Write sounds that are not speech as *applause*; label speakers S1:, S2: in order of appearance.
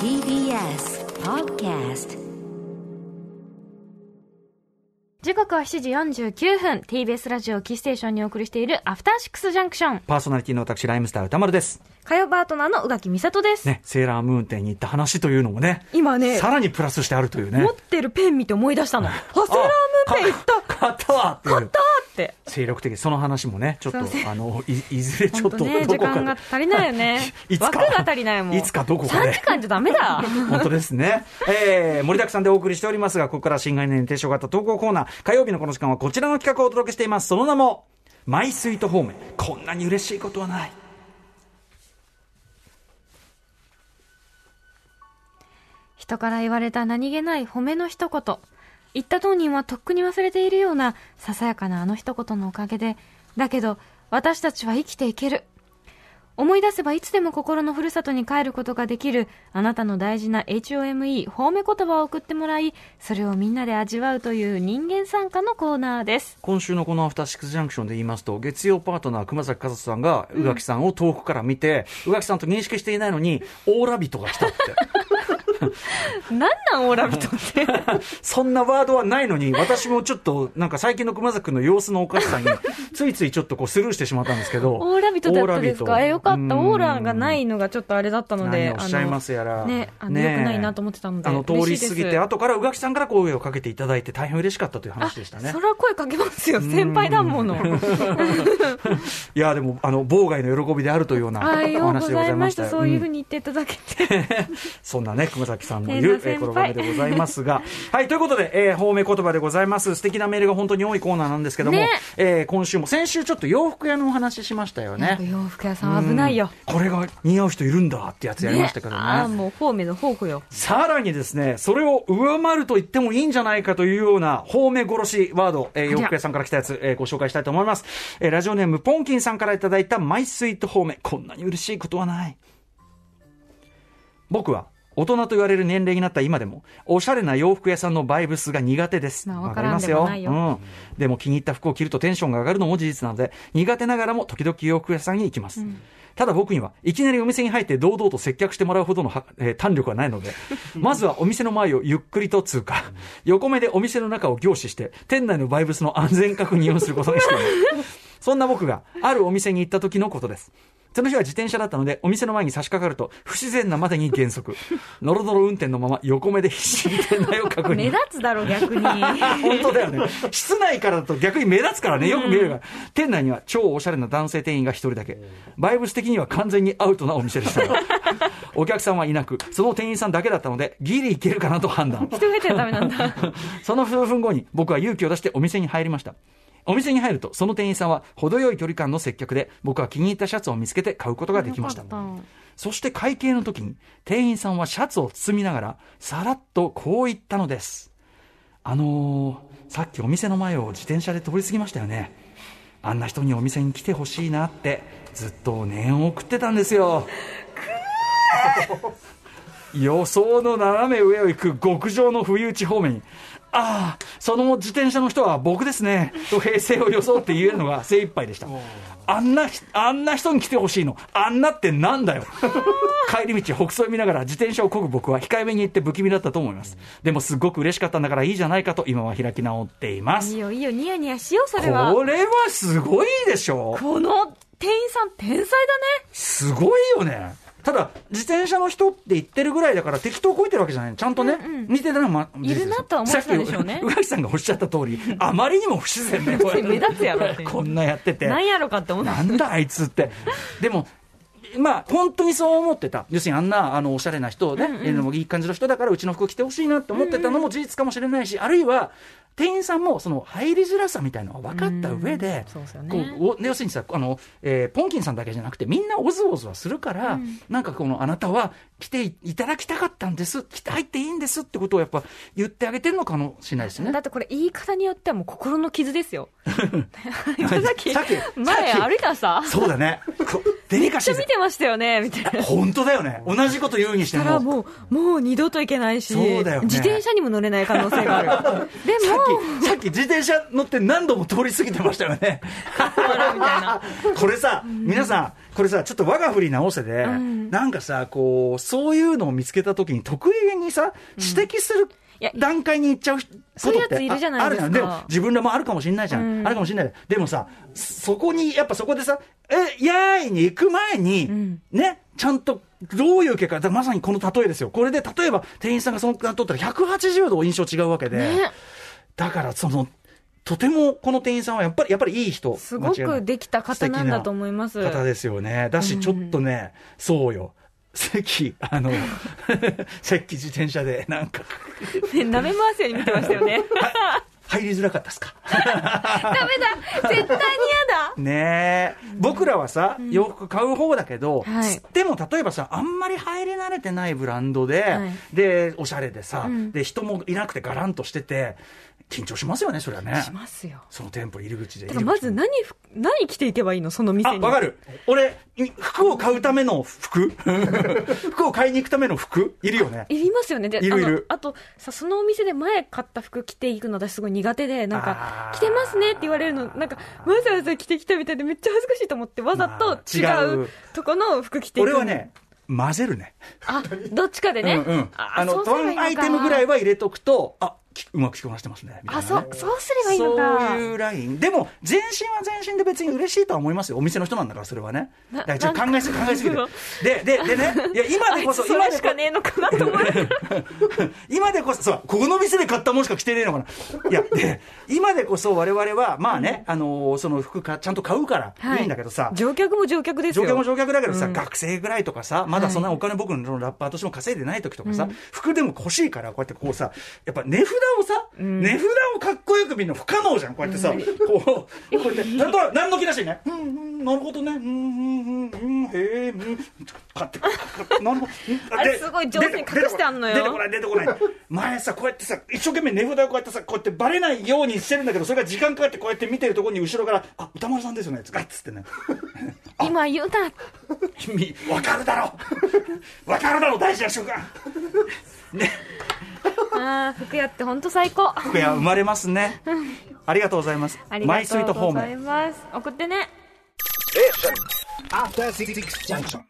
S1: TBS Podcast
S2: 時刻は7時49分 TBS ラジオキーステーションにお送りしているアフターシックスジャンクション
S3: パーソナリティの私、ライムスター歌丸です。
S2: 火曜パートナーの宇垣美里です、
S3: ね、セーラームーン店に行った話というのもね、
S2: 今ね
S3: さらにプラスしてあるというね
S2: 持っ。てるペン見て思い出したの *laughs* あセーラームーンペンいった
S3: あ買ったわっていう。
S2: って
S3: 精力的、その話もね、ちょっと
S2: すいませ、ん
S3: あの、いいずれち
S2: 本
S3: ょっと、
S2: 当ね
S3: ど
S2: 時
S3: こか
S2: 間が足り *laughs* ないよね
S3: *laughs* いつか
S2: 枠が足りないもん
S3: いつかどこかで
S2: 3時間じゃダメ *laughs* だ
S3: 本当ですね。えー盛りだくさんでお送りしておりますが、ここから新概念提唱型投稿コーナー、火曜日のこの時間はこちらの企画をお届けしています。その名も、マイスイート方面。こんなに嬉しいことはない。
S2: 人から言われた何気ない褒めの一言言った当人はとっくに忘れているようなささやかなあの一言のおかげでだけど私たちは生きていける思い出せばいつでも心のふるさとに帰ることができるあなたの大事な HOME 褒め言葉を送ってもらいそれをみんなで味わうという人間参加のコーナーです
S3: 今週のこのアフターシックスジャンクションで言いますと、月曜パートナー、熊崎和人さんが、宇垣さんを遠くから見て、宇垣さんと認識していないのに、オーラ人が来
S2: *laughs*
S3: たって。
S2: なんなんオーラビトって
S3: そんなワードはないのに、私もちょっと、なんか最近の熊崎君の様子のおか
S2: *laughs*
S3: しさに、ついついちょっとこうスルーしてしまったんですけど。
S2: *laughs* オーラビトだったです
S3: オーラ
S2: か
S3: 人
S2: え、よかった。オーラがな
S3: う
S2: い
S3: ん
S2: のがちょっとあれだったので
S3: 何。をおっしゃいますや
S2: あ
S3: ら。
S2: のね、あの、良くないなと思ってたので。
S3: あの、通
S2: 嬉
S3: り
S2: しいです
S3: 過ぎて、後から宇垣さんから声をかけていただいて、大変嬉しかったという話でしたね
S2: そ。れは声かけますよ。先輩だ
S3: *laughs*
S2: もの。
S3: いや、でも、あの、妨害の喜びであるというようなお
S2: ああ、ようご
S3: 話でご
S2: ざ
S3: ざ
S2: い
S3: いま
S2: ま
S3: し。
S2: したた。そういうふ
S3: ん
S2: うに言っていただけて。
S3: そんなね、熊崎さんもいる、
S2: ねえ
S3: えーこ
S2: 先
S3: の場
S2: 輩
S3: 面でございます
S2: *laughs*
S3: が。はい、ということで、えー、方面言葉でございます。素敵なメールが本当に多いコーナーなんですけども、
S2: ね
S3: えー今週も、先週ちょっと洋服屋のお話ししましたよね。
S2: 洋服屋さん危ないよ。
S3: うんこれが似合う人いるんだってやつやりましたけど
S2: ねああ、
S3: ね。
S2: もう、方面の方向よ。
S3: さらにですね、それを上回ると言ってもいいんじゃないかというような、方面殺しワード、えー、
S2: ありゃ
S3: 洋服屋さんから来たやつ、えーご紹介したいと思います。えーラジオネーム、ポンキンさんからいただいたマイスイート方面。こんなに嬉しいことはない。僕は、大人と言われる年齢になった今でも、おしゃれな洋服屋さんのバイブスが苦手です。
S2: まあ
S3: わかります
S2: わ
S3: よ。
S2: からんでも
S3: うん。でも気に入った服を着るとテンションが上がるのも事実なので、苦手ながらも時々洋服屋さんに行きます。ただ僕には、いきなりお店に入って堂々と接客してもらうほどのは、えー胆力はないので、まずはお店の前をゆっくりと通過。横目でお店の中を凝視して、店内のバイブスの安全確認をすることにしています。そんな僕が、あるお店に行った時のことです。その日は自転車だったので、お店の前に差し掛かると、不自然なまでに減速。ノロノロ運転のまま、横目で必死に店内を確認。
S2: 目立つだろ、逆に。
S3: あ本当だよね。室内からだと逆に目立つからね、よく見えるから。店内には超おしゃれな男性店員が一人だけ。バイブス的には完全にアウトなお店でしたが。お客さんはいなく、その店員さんだけだったので、ギリいけるかなと判断。
S2: 人がいたらダメなんだ。
S3: *laughs* その数分後に僕は勇気を出してお店に入りました。お店に入ると、その店員さんは程よい距離感の接客で、僕は気に入ったシャツを見つけて買うことができました
S2: よ。かっ
S3: そして会計の時に、店員さんはシャツを包みながら、さらっとこう言ったのです。あのー、さっきお店の前を自転車で通り過ぎましたよね。あんな人にお店に来てほしいなって、ずっと念を送ってたんですよ。予想の斜め上を行く極上の不意打ち方面に、ああ、その自転車の人は僕ですね、と平成を装って言えるのが精一杯でした。あんな、あんな人に来てほしいの。あんなってなんだよ。帰り道、北総を見ながら自転車を漕ぐ僕は控えめに言って不気味だったと思います。でもすごく嬉しかったんだからいいじゃないかと今は開き直っていま
S2: たいい
S3: す。
S2: よ、いいよ、ニヤニヤしよう、それは。
S3: これはすごいでしょ
S2: この店員さん、天才だね。
S3: すごいよね。ただ、自転車の人って言ってるぐらいだから適当こいてるわけじゃないちゃんとね、
S2: うんうん
S3: 見てたら、ま、
S2: いるなとは思ってたんでしょうね
S3: さっ *laughs* き、宇垣さんがおっしゃった通り、あまりにも不自然で、
S2: *laughs*
S3: こうやって
S2: 目立つやろっていう
S3: こんなやってて。
S2: なんやろかって思った。
S3: なんだあいつって。でも、まあ、本当にそう思ってた。要するにあんな、あの、おしゃれな人で、ねえーでもいい感じの人だから、うちの服着てほしいなって思ってたのも事実かもしれないし、あるいは、店員さんも、その、入りづらさみたいなのが分かった上で、
S2: そうですよ
S3: こ
S2: ね。
S3: うおね要するにさあの、えーポンキンさんだけじゃなくてみんなおずおずはするから、なんかこのあなたは来ていただきたかったんです来て入っていいんですってことをやっぱ言ってあげてるのかもしれないですね
S2: だ。ってこれ言い方によってはもう心の傷ですよ。さっき
S3: *laughs* さ
S2: 前
S3: っきさっき *laughs*
S2: 歩いたらさ、
S3: そうだねこデリ
S2: め
S3: カ
S2: っ
S3: シ
S2: ち
S3: ー
S2: ゃ
S3: で
S2: 見てましたよね、みたいな。
S3: 本当だよね。同じこと言うにして
S2: たら
S3: も。
S2: もう、もう二度と行けないし、
S3: そうだよね
S2: 自転車にも乗れない可能性
S3: *laughs*
S2: がある。で
S3: さ
S2: も、
S3: っき、さっき自転車乗って何度も通り過ぎてましたよね。これさ、皆さん、これさ、ちょっと我が振り直せで、
S2: ん
S3: なんかさ、こう、そういうのを見つけたときに得意げにさ、指摘する
S2: いや
S3: 段階に行っちゃうことって
S2: そういうやついるじゃないですか
S3: ああるじゃんでも、自分らもあるかもしれないじゃん。
S2: うん
S3: あるかもしれない。でもさ、そこに、やっぱそこでさ、え、やーいに行く前に、
S2: ん
S3: ね、ちゃんと、どういう結果だからまさにこの例えですよ。これで、例えば、店員さんがそのくらい取ったら180度印象違うわけで。
S2: ね、
S3: だからそのとてもこの店員さんはやっぱりやっぱりいい人
S2: すご
S3: 間違いな
S2: く
S3: い
S2: できた方なんだと思います。
S3: 方ですよねだしちょっとね、そうよ席あの *laughs* 席自転車でなんか
S2: ね、舐め回すように見てましたよ
S3: *laughs*
S2: ね。
S3: 入りづらかったですか
S2: ダメだ絶対に嫌だ
S3: ねえ僕らはさ洋服買う方だけど、
S2: はい
S3: でも例えばさあんまり入り慣れてないブランドで、
S2: はい
S3: でおしゃれでさ、
S2: うん
S3: で人もいなくてがらんとしてて緊張しますよねそれはね
S2: しますよ。
S3: その店舗入り口で
S2: だからまず何ふ、何着ていけばいいのその店
S3: あ、
S2: に。
S3: わかる。俺、い服を買うための服 *laughs* 服を買いに行くための服いるよね。
S2: いりますよね。で、
S3: いるいる
S2: あの、あと、さ、そのお店で前買った服着ていくの私すごい苦手で、なんか
S3: あ、ー
S2: 着てますねって言われるの、なんか、わざわざ着てきたみたいでめっちゃ恥ずかしいと思って、わざと違
S3: まあ違う
S2: うとこの服着ていく。
S3: 俺はね、混ぜるね。
S2: あ、どっちかでね。
S3: うんうん。
S2: あ
S3: あの、
S2: そうすればいい
S3: ワ
S2: の
S3: ン
S2: か
S3: アイテムぐらいは入れとくと、あ、きうまく着こなしてますね。みたい
S2: あ、
S3: なね
S2: そう、そうすればいいの
S3: そう
S2: か。
S3: いうライン。でも、全身は全身で別に嬉しいとは思いますよ。お店の人なんだから、それはね。
S2: な
S3: だからちょっと
S2: なんか
S3: 考えすぎ、考えすぎる。で、で、でね、いや、
S2: *laughs*
S3: 今
S2: あ
S3: で
S2: い
S3: こそ、
S2: つそ
S3: 今
S2: れ
S3: で
S2: し
S3: こ
S2: かねえのかなと思って。
S3: *laughs* 今でこそ、そう、ここの店で買ったもんしか着てねえのかな。いや、で、今でこそ我々は、まあね、あのーその服か、ちゃんと買うから
S2: はい
S3: いいんだけどさ、
S2: 乗客も乗客です
S3: 乗
S2: よ。
S3: 客も乗客だけどさ、
S2: うん
S3: 学生ぐらいとかさ、まだそんなお金僕のラッパーとしても稼いでない時とかさ、服でも欲しいから、こうやってこうさ、やっぱ値札をさ、値札をかっこよく見るの不可能じゃん、こうやってさ、こう、こうやって、なんと、何の気なしにね、うんうん、なるほどね、うんうんうん、うん、へえ、うん、買って、なるほど。うん
S2: あれ
S3: です
S2: ごい上手に隠してあんのよ
S3: 出てこない、出てこない。前さ、こうやってさ、一生懸命値札をこうやってさ、こうやってバレないようにしてるんだけど、それが時間かかってこうやって見てるところに後ろから、あ、歌丸さんですよね、つかっつってね。
S2: 今言うな。
S3: 君わかるだ *laughs* ろわかるだろ大事な瞬間
S2: ああ、服屋って本当最高。
S3: 福屋生まれますねありがとうございます
S2: あり
S3: マ
S2: が
S3: イスイー
S2: と
S3: ト
S2: う
S3: ホ
S2: ご
S3: ー
S2: ざい
S3: ム
S2: ます。送ってね。
S4: After Six Junction.